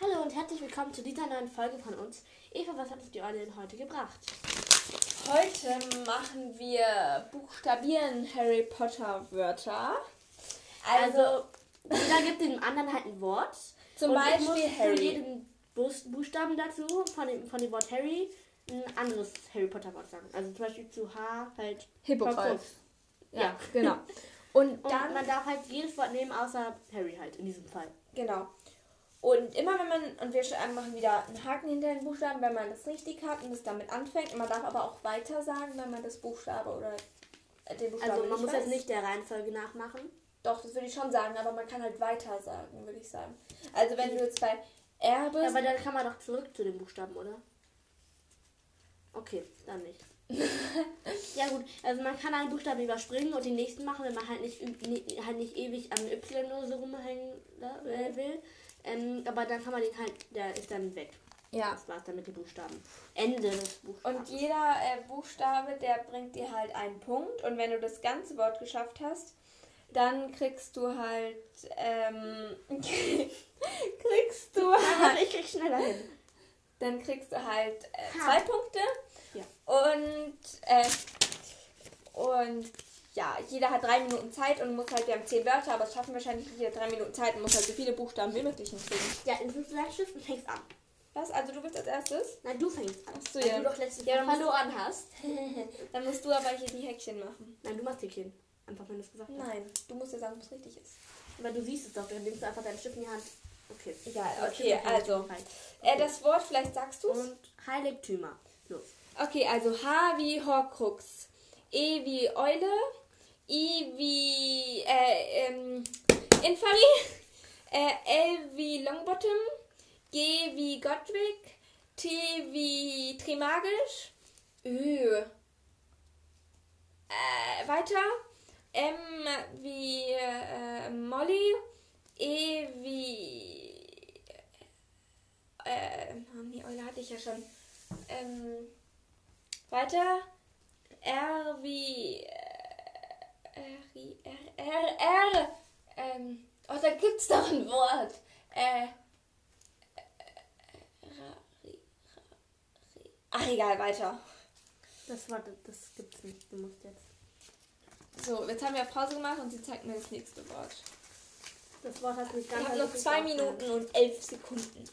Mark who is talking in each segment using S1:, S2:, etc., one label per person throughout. S1: Hallo und herzlich willkommen zu dieser neuen Folge von uns. Eva, was hat uns die Eule denn heute gebracht?
S2: Heute machen wir buchstabieren Harry Potter Wörter. Also,
S1: Also, jeder gibt dem anderen halt ein Wort.
S2: Zum
S1: und ich
S2: Beispiel
S1: muss
S2: Harry.
S1: Für jeden Bus- Buchstaben dazu, von dem, von dem Wort Harry, ein anderes Harry Potter Wort sagen. Also zum Beispiel zu H halt
S3: Hippogreif.
S1: Horcrux.
S3: Ja,
S1: Ja.
S3: genau. Und
S1: Und
S3: dann,
S1: man darf halt jedes Wort nehmen, außer Harry halt in diesem Fall.
S2: genau. Und immer wenn man, und wir sch- machen wieder einen Haken hinter den Buchstaben, wenn man das richtig hat und es damit anfängt. Und man darf aber auch weiter sagen, wenn man das Buchstabe oder äh, den Buchstaben
S1: Also man
S2: nicht
S1: muss
S2: weiß.
S1: jetzt nicht der Reihenfolge nachmachen.
S2: Doch, das würde ich schon sagen, aber man kann halt weiter sagen, würde ich sagen. Also wenn du jetzt bei R
S1: Mhm. Ja,
S2: bist,
S1: aber dann kann man doch zurück zu den Buchstaben, oder? Okay, dann nicht. ja gut, also man kann einen Buchstaben überspringen und den nächsten machen, wenn man halt nicht, üb- ni- halt nicht ewig am Y oder so rumhängen da- äh, will. Ähm, aber dann kann man den halt, der ist dann weg.
S2: ja.
S1: Das war's dann mit den Buchstaben. Ende des Buchstabens.
S2: Und jeder äh, Buchstabe, der bringt dir halt einen Punkt. Und wenn du das ganze Wort geschafft hast, dann kriegst du halt. Ähm, kriegst du
S1: also
S2: halt.
S1: ich krieg schneller hin.
S2: Dann kriegst du halt äh,
S1: Ha.
S2: zwei Punkte.
S1: Ja.
S2: Und. Äh, und. Ja, jeder hat drei Minuten Zeit und muss halt, wir haben zehn Wörter, aber es schaffen wahrscheinlich nicht jeder drei Minuten Zeit und muss halt so viele Buchstaben wie möglich hinkriegen.
S1: Ja, in fünf Zeitschriften fängst an.
S2: Was? Also du bist als erstes?
S1: Nein, du fängst an.
S2: Ach so,
S1: Weil
S2: ja.
S1: Du doch letztes
S2: Ja,
S1: Mal
S2: dann musst du
S1: verloren.
S2: an hast. dann musst du aber hier die Häkchen machen.
S1: Nein, du machst die Kind. Einfach, wenn du es gesagt hast.
S2: Nein, du musst ja sagen, was richtig ist.
S1: Aber du siehst es doch, dann nimmst du einfach dein Stück in die Hand. Okay.
S2: Egal, okay, also. Äh, das Wort, vielleicht sagst du es.
S1: Und Heiligtümer. Los.
S2: Okay, also H wie Horcrux, E wie Eule, I wie äh, ähm, Inferi, äh, L wie Longbottom, G wie Godric, T wie Trimagisch, Ö. Äh, weiter, M wie äh, Molly, E wie äh, Mann, die Eule hatte ich ja schon. Ähm, weiter. R wie. Äh, R, wie- R, R, R. Ähm, oh, da gibt's doch ein Wort. Äh. äh, Ra- ri- ra- ri- Ach, egal, weiter.
S1: Das war das gibt's nicht. Du musst jetzt.
S2: So, jetzt haben wir Pause gemacht und sie zeigt mir das nächste Wort.
S1: Das Wort hat mich ganz
S2: Ich habe noch zwei Minuten und elf Sekunden.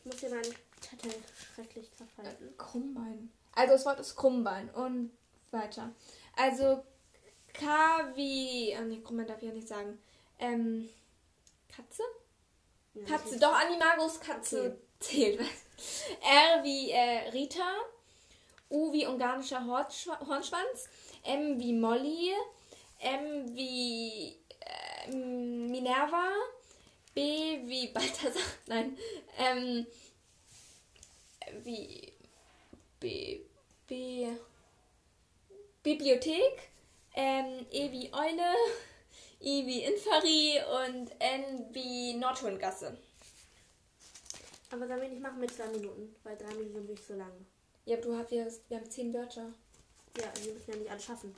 S1: Ich muss dir meinen Zettel schrecklich zerfalten.
S2: Krummbein. Also das Wort ist Krummbein und weiter. Also K wie. Oh nee, Krummbein darf ich ja nicht sagen. Ähm. Katze?
S1: Ja,
S2: Katze,
S1: das
S2: doch, Animagus Katze zählt. R wie äh, Rita. U wie ungarischer Hornschwa- Hornschwanz. M wie Molly. M wie äh, Minerva. B wie Balthasar. Nein. Ähm, wie B, B, Bibliothek, ähm, E wie Eule, I wie Inferi und N wie Nordhorngasse.
S1: ist- Aber dann will ich machen mit zwei Minuten, weil drei Minuten sind nicht so lang.
S2: Ja, du hast, wir, wir haben zehn Wörter.
S1: Ja, wir müssen ja nicht alles schaffen.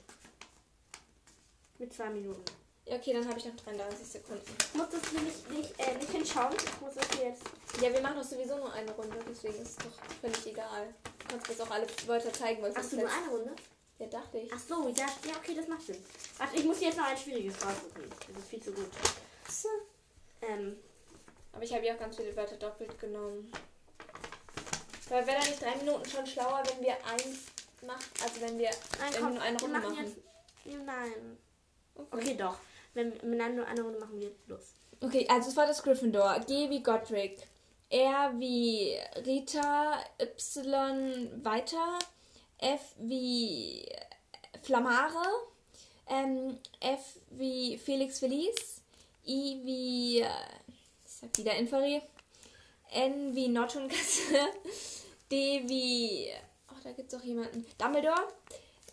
S1: Mit zwei Minuten.
S2: Ja, okay, dann habe ich noch 33 Sekunden.
S1: Ich muss das nämlich nicht, äh, nicht hinschauen. Ich muss das hier jetzt.
S2: Ja, wir machen doch sowieso nur eine Runde, deswegen ist es doch völlig egal. Du kannst jetzt auch alle Wörter zeigen, weil
S1: Hast
S2: sonst
S1: du nur
S2: hättest-
S1: eine Runde?
S2: Ja, dachte ich.
S1: Ach so, ja, ja, okay, das macht Sinn. Warte, ich muss jetzt noch ein schwieriges raussuchen. Das ist viel zu gut. Ähm,
S2: Aber ich habe ja auch ganz viele Wörter doppelt genommen. Weil wäre dann nicht drei Minuten schon schlauer, wenn wir eins machen, also wenn wir
S1: nein,
S2: wenn wir
S1: komm,
S2: nur eine
S1: wir
S2: Runde
S1: machen
S2: machen.
S1: jetzt. Nein. Okay, doch. Wenn wir nein, nur eine Runde machen wir los.
S2: Okay, also es war das Gryffindor. G wie Godric. R wie Rita. Y weiter. F wie Flammare. Ähm, F wie Felix Feliz. I wie. äh, Ich sag wieder Inferi. N wie Nordhorngasse. D wie. Oh, da gibt's doch jemanden. Dumbledore.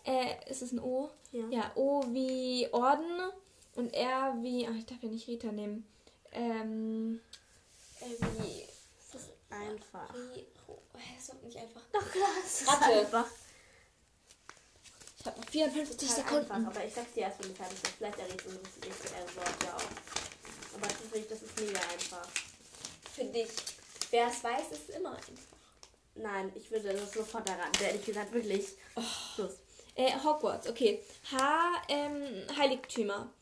S2: Äh, ist es ein O?
S1: Ja.
S2: Ja, O wie Orden und R wie. Ach, ich darf ja nicht Rita nehmen. Ähm. Äh, wie.
S1: Einfach.
S2: wie oh, das war nicht einfach.
S1: Doch klar, es ist
S2: Ratte.
S1: einfach.
S2: Ich habe noch 54
S1: Total
S2: Sekunden.
S1: einfach. Aber ich sag's dir erst, wenn du fertig bist. Vielleicht erregst du uns nicht äh, Wort ja auch. Aber das ist, nicht, das ist mega einfach.
S3: Für dich. Wer es weiß, ist immer einfach.
S1: Nein, ich würde das sofort erraten. Ehrlich gesagt, wirklich.
S2: Oh.
S1: Los.
S2: Äh, Hogwarts, okay. H, ähm, Heiligtümer.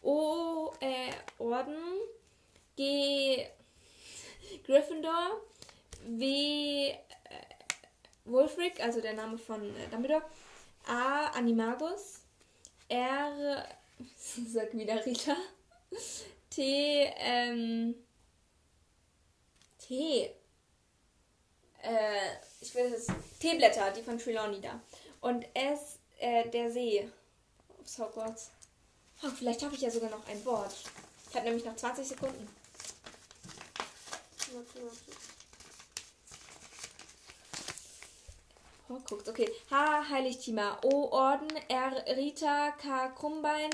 S2: O, äh, Orden. G, Gryffindor. W, äh, Wolfric, also der Name von äh, Dumbledore. A, Animagus. R, sag wieder Rita. T, ähm, T, äh, ich will das, Teeblätter, die von Trelawney da. Und S, äh, der See. Ups, Hogwarts. Oh, vielleicht habe ich ja sogar noch ein Wort. Ich habe nämlich noch 20 Sekunden.
S1: Warte, warte.
S2: Oh, guckt, okay. H, Heiligtümer. O, Orden. R, Rita. K, Krummbein.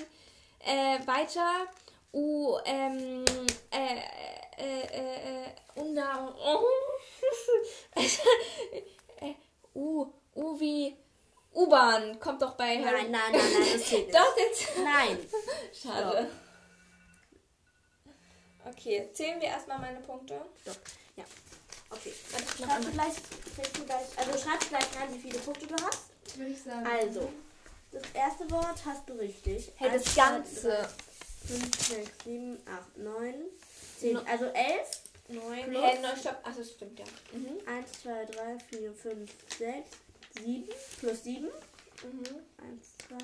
S2: Äh, weiter. U, ähm, äh, äh, äh, äh, Unda. Oh. äh, U, U wie U-Bahn. Kommt doch bei Harry.
S1: Nein, nein, nein, nein, das zählt nicht.
S2: Doch, jetzt.
S1: Nein.
S2: Schade. Okay, zählen wir erstmal meine Punkte.
S1: Doch. Ja. Okay.
S2: Warte, ich mach
S1: Schreib du gleich, schreibst du gleich, also schreib gleich rein, wie viele Punkte du hast.
S3: Würde ich sagen.
S1: Also, das erste Wort hast du richtig.
S2: Hey, das Ganze.
S1: 5, 6, 7, 8, 9, 10, also 11.
S2: Neun.
S1: Plus- Mhm,
S2: Hey, neun, stopp. Achso, stimmt, ja.
S1: 1, 2, 3, 4, 5, 6, 7 plus 7. 1, 2,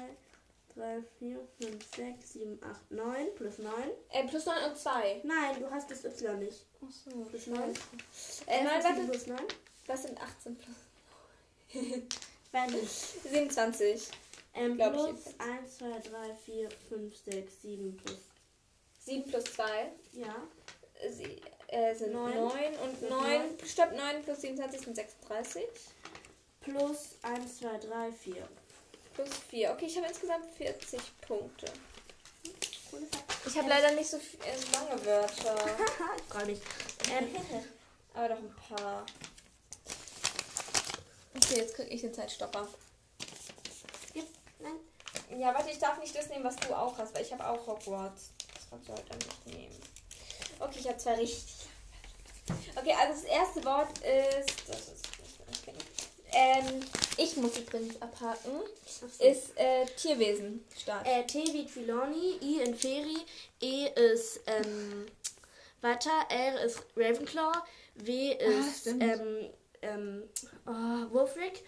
S1: 3, 4, 5, 6, 7, 8, 9 plus 9.
S2: Äh, plus neun und zwei.
S1: Nein, du hast das Y nicht.
S2: Achso.
S1: Plus 9.
S2: Äh, nein, warte.
S1: plus 9.
S2: Was sind 18 plus?
S1: Weiß nicht.
S2: 27.
S1: Ähm,
S2: Glaub ich
S1: plus 1,
S2: jedenfalls.
S1: 2, 3, 4, 5, 6, 7 plus.
S2: 7 plus 2
S1: Ja.
S2: sie, äh, sind
S1: Neun.
S2: 9 und
S1: Sind
S2: 9, stopp, 9 plus 27 sind 36
S1: Plus 1, 2, 3, 4.
S2: plus 4. Okay, ich habe insgesamt 40 Punkte.
S1: Coole Sache.
S2: Ich habe leider nicht so viel, äh, so lange Wörter,
S1: Haha, ich freue mich. Ähm,
S2: aber doch ein paar. Okay, jetzt kriege ich den Zeitstopper.
S1: ja, nein.
S2: Ja, warte, ich darf nicht das nehmen, was du auch hast, weil ich habe auch Hogwarts. Das kannst du halt dann nicht nehmen. Okay, ich habe zwei richtig. Okay, also das erste Wort ist. Das ist das okay. ähm, ich muss übrigens abhaken.
S1: so.
S2: Ist äh, Tierwesen stark.
S1: Äh, T wie Trelawney, I in Feri, E ist ähm, weiter, R ist Ravenclaw, W ist
S2: Ah, stimmt.
S1: ähm, ähm, oh, Wolfric,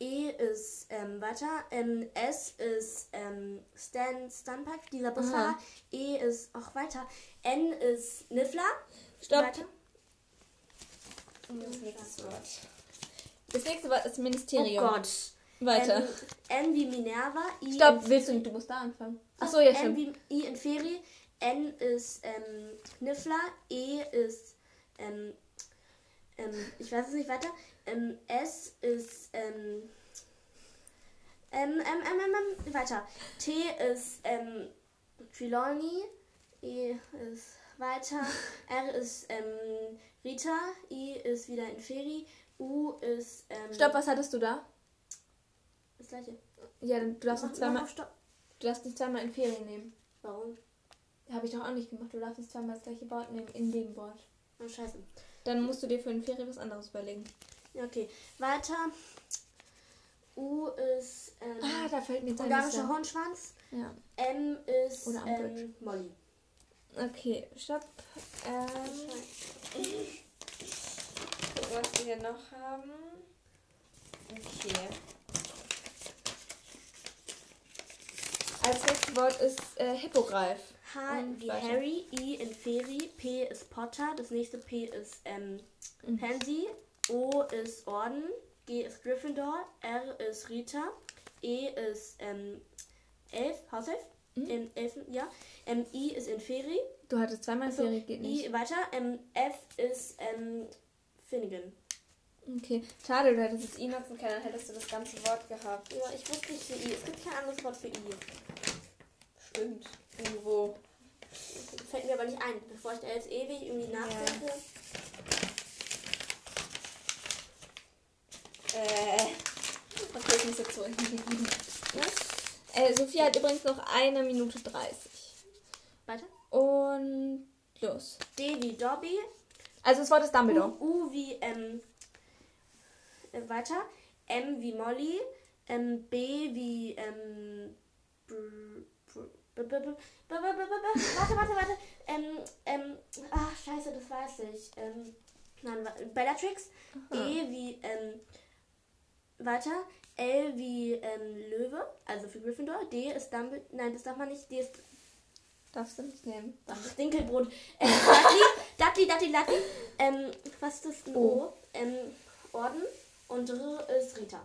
S1: E ist ähm, weiter, ähm, S ist ähm, Stan Stunpack, dieser Busfahrer, E ist auch weiter, N ist Niffler,
S2: Stopp.
S1: weiter.
S2: das nächste Wort. Das nächste Wort ist
S1: Oh
S2: Ministerium.
S1: Gott.
S2: Weiter.
S1: N, N wie Minerva, I
S2: Stopp, willst du nicht? Du musst da anfangen. Achso, ja,
S1: N
S2: stimmt.
S1: wie I in Feri, N ist ähm, Kniffler, E ist ähm, ähm, ich weiß es nicht weiter, ähm, S ist ähm, ähm, ähm, ähm, ähm, ähm, weiter, T ist ähm, Trelawney, E ist weiter, R ist ähm, Rita, I ist wieder in Feri, U ist ähm,
S2: Stopp, was hattest du da?
S1: das gleiche.
S2: Ja, dann- du darfst, nicht
S1: Mach- mach
S2: zweimal,
S1: auf Stopp.
S2: du darfst nicht zweimal in Ferien nehmen.
S1: Warum?
S2: Habe ich doch auch nicht gemacht. Du darfst nicht zweimal das gleiche Wort nehmen in dem Wort.
S1: Oh, scheiße.
S2: Dann musst du dir für den Ferien was anderes überlegen.
S1: Ja, Okay, weiter. U ist
S2: Ah,
S1: ähm,
S2: da fällt mir jetzt ein
S1: ungarischer
S2: bisschen.
S1: Hornschwanz.
S2: Ja.
S1: M ist
S2: Oder Amtdeutsch.
S1: ähm, Molly.
S2: Okay, stopp. Ähm, gucken, was wir hier noch haben. Okay. Als nächstes Wort ist äh, Hippogreif.
S1: H
S2: Und
S1: wie
S2: weiter.
S1: Harry, I in Feri, P ist Potter, das nächste P ist ähm,
S2: Mhm.
S1: Pansy, O ist Orden, G ist Gryffindor, R ist Rita, E ist ähm, Elf, Hauself,
S2: Hm?
S1: ähm, Elfen, ja, ähm, I ist in Feri,
S2: Du hattest zweimal
S1: so,
S2: Ferien, geht nicht.
S1: I weiter, ähm, F ist ähm, Finnegan.
S2: Okay, schade, du hättest es I nutzen können, dann hättest du das ganze Wort gehabt.
S1: Ja, ich wusste nicht für I. Es gibt kein anderes Wort für I.
S2: Stimmt. Irgendwo.
S1: Fällt mir aber nicht ein, bevor ich da jetzt ewig irgendwie nachdenke.
S2: Äh. Okay, ich muss jetzt so hinlegen. Äh, Sophie hat übrigens noch eine Minute 30.
S1: Weiter?
S2: Und los.
S1: D wie Dobby.
S2: Also das Wort ist Dumbledore.
S1: U, U wie ähm, äh, weiter. M wie Molly. Ähm, B wie ähm, br- br- br- br- br- br- br- br- br- Warte, warte, warte. Ähm, ähm, ach, scheiße, das weiß ich. Ähm, nein, wa- Bellatrix. B E wie, ähm, weiter. L wie, ähm, Löwe, also für Gryffindor. D ist Dumbledore. Nein, das darf man nicht. D ist
S2: Darfst du nicht nehmen.
S1: Ach, Dinkelbrot. Ähm, Dudley, Dudley, Dudley, Dudley. Ähm, was ist das? Ein
S2: Oh.
S1: O. Ähm, Orden. Und R ist Rita.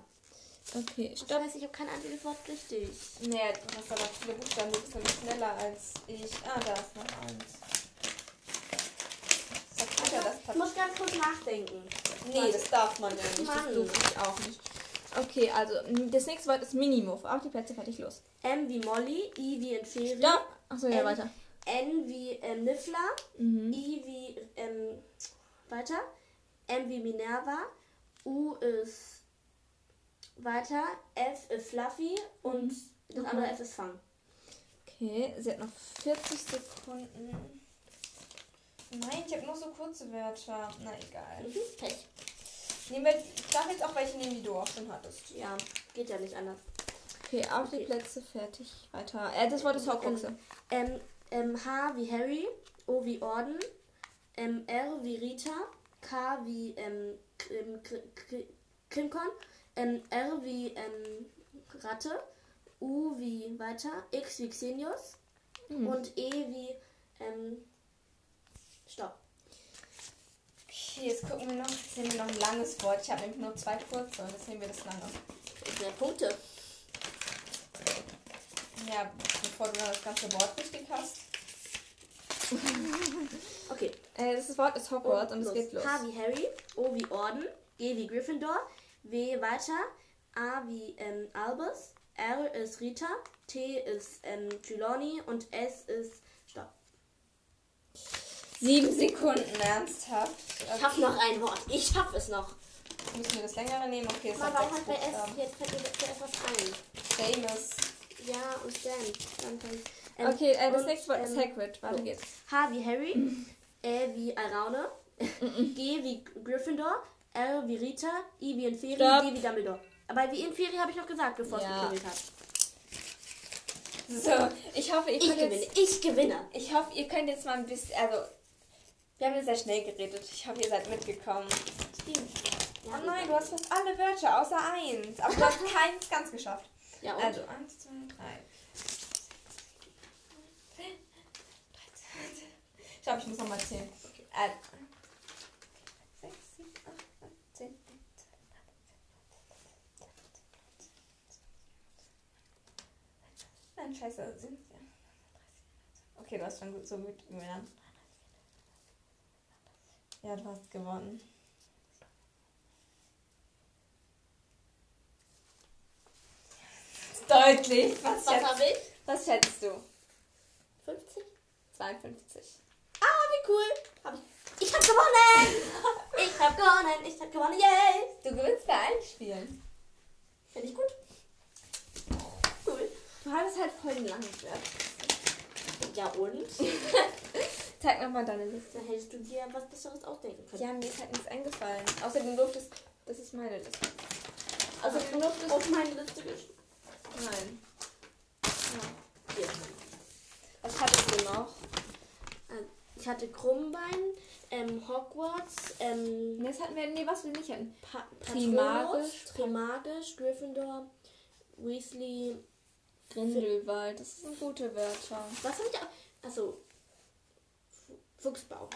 S2: Okay,
S1: Ich
S2: stopp.
S1: weiß, ich habe kein einziges Wort richtig.
S3: Nee, du hast aber viele Buchstaben, du bist nämlich schneller als ich. Ah, da ist noch eins. Sag Alter, das
S1: Ich muss ganz kurz nachdenken.
S3: Nee, das darf man ja nicht.
S1: Mann.
S2: Das durfte ich auch nicht. Okay, also m, das nächste Wort ist Minimove. Auf die Plätze fertig los.
S1: M wie Molly. I wie
S3: Mhm.
S1: Inferi.
S2: Stopp. Achso, ja,
S1: Ähm,
S2: weiter.
S1: N wie ähm, Niffler.
S2: Mhm.
S1: I wie, ähm, weiter. M wie Minerva. U ist weiter. F ist Fluffy. Und das andere F ist Fang.
S2: Okay, sie hat noch 40 Sekunden.
S3: Sekunden. Nein, ich habe nur so kurze Wörter. Na egal.
S1: Mhm. Pech.
S3: Nehmen wir, ich darf jetzt auch welche nehmen, die du auch schon hattest.
S1: Ja, geht ja nicht anders.
S2: Okay, auf die
S1: Okay.
S2: Plätze fertig. Weiter. Äh, das Wort ist Horcruxe.
S1: Ähm, ähm, H wie Harry, O wie Orden, ähm, R wie Rita, K wie ähm, K- ähm, K- K- Krimkon, ähm, R wie ähm, Ratte, U wie weiter, X wie Xenius
S2: Mhm.
S1: und E wie ähm, Stopp.
S3: Okay, jetzt gucken wir noch. Jetzt nehmen wir noch ein langes Wort. Ich habe nämlich nur zwei kurze und jetzt nehmen wir das lange.
S1: Mehr Punkte.
S3: Ja, bevor du dann das ganze Wort richtig hast.
S1: Okay.
S2: Äh, das Wort ist Hogwarts und, es
S1: los.
S2: geht los.
S1: H wie Harry, O wie Orden, G wie Gryffindor, W weiter, A wie ähm, Albus, R ist Rita, T ist ähm, Trelawney und S ist Stopp.
S2: Sieben
S3: Sekunden, ernsthaft. Also,
S1: Ich hab noch ein Wort. Ich schaff es noch.
S3: Müssen wir das längere nehmen? Okay, es
S1: Mama,
S3: hat
S1: warum
S3: sechs
S1: hat bei S
S3: Buchstaben.
S1: jetzt fällt mir dazu etwas ein?
S3: Seamus.
S1: Ja, und Sam. Dann kann ich- ähm,
S2: Okay, äh, das
S1: und,
S2: nächste Wort ist
S1: ähm,
S2: Hagrid. Warte
S1: so.
S2: geht's.
S1: H wie Harry, L wie Araune, G wie Gryffindor, R wie Rita, I wie Inferi,
S2: Stopp.
S1: D wie Dumbledore. Aber wie Inferi habe ich noch gesagt, bevor
S2: Ja.
S1: es geklingelt hat.
S3: So, ich hoffe, ihr
S1: Ich
S3: könnt
S1: gewinne,
S3: jetzt,
S1: ich gewinne.
S3: ich hoffe, ihr könnt jetzt mal ein bisschen, also, wir haben ja sehr schnell geredet. Ich hoffe, ihr seid mitgekommen. Oh
S1: Ja,
S3: nein, du hast fast alle Wörter, außer eins. Aber du hast keins ganz geschafft.
S1: ja und?
S3: Also, eins, zwei, drei. Ich glaube, ich muss nochmal zählen. Also, sechs, sieben, acht, neun, zehn, elf, zwölf, Nein, scheiße. also sind- Okay, du hast schon gut, so gut gewonnen. Ja, du hast gewonnen. Deutlich. Was,
S1: was
S3: schätzt,
S1: habe ich?
S3: was schätzt du?
S1: 50?
S3: 52.
S1: Ah, wie cool. Hab ich, ich hab gewonnen. ich hab gewonnen, ich hab gewonnen, yay.
S3: Du gewinnst bei allen Spielen.
S1: Finde ich gut. Cool.
S3: Du hattest halt voll den langen Wert.
S1: Ja und?
S3: Zeig nochmal deine Liste.
S1: Dann hättest du dir was Besseres ausdenken können.
S3: Ja, mir ist halt nichts eingefallen. Außerdem durftest. Das ist meine Liste.
S1: also
S3: Außerdem
S1: du hast
S3: durftest.
S1: auf meine Liste geschrieben.
S3: Nein.
S1: Hier.
S3: Was hattest du noch?
S1: Also, Ich hatte Krummbein, ähm, Hogwarts, ähm,
S2: Nee, das hatten wir. Nee, was wir nicht hatten.
S1: pa
S2: Primagisch.
S1: Patronus, Primagisch, Gryffindor, Weasley.
S2: Grindelwald. Das sind gute Wörter.
S1: Was habe ich da? Achso. Fu- Fuchsbau.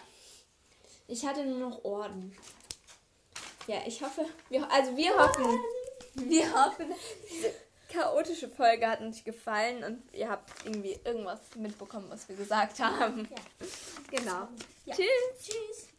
S2: Ich hatte nur noch Orden. Ja, ich hoffe. Wir, also wir hoffen. Wir hoffen. Diese chaotische Folge hat uns gefallen und ihr habt irgendwie irgendwas mitbekommen, was wir gesagt haben.
S1: Ja.
S2: Genau.
S1: Ja.
S2: Tschüss.
S1: Tschüss.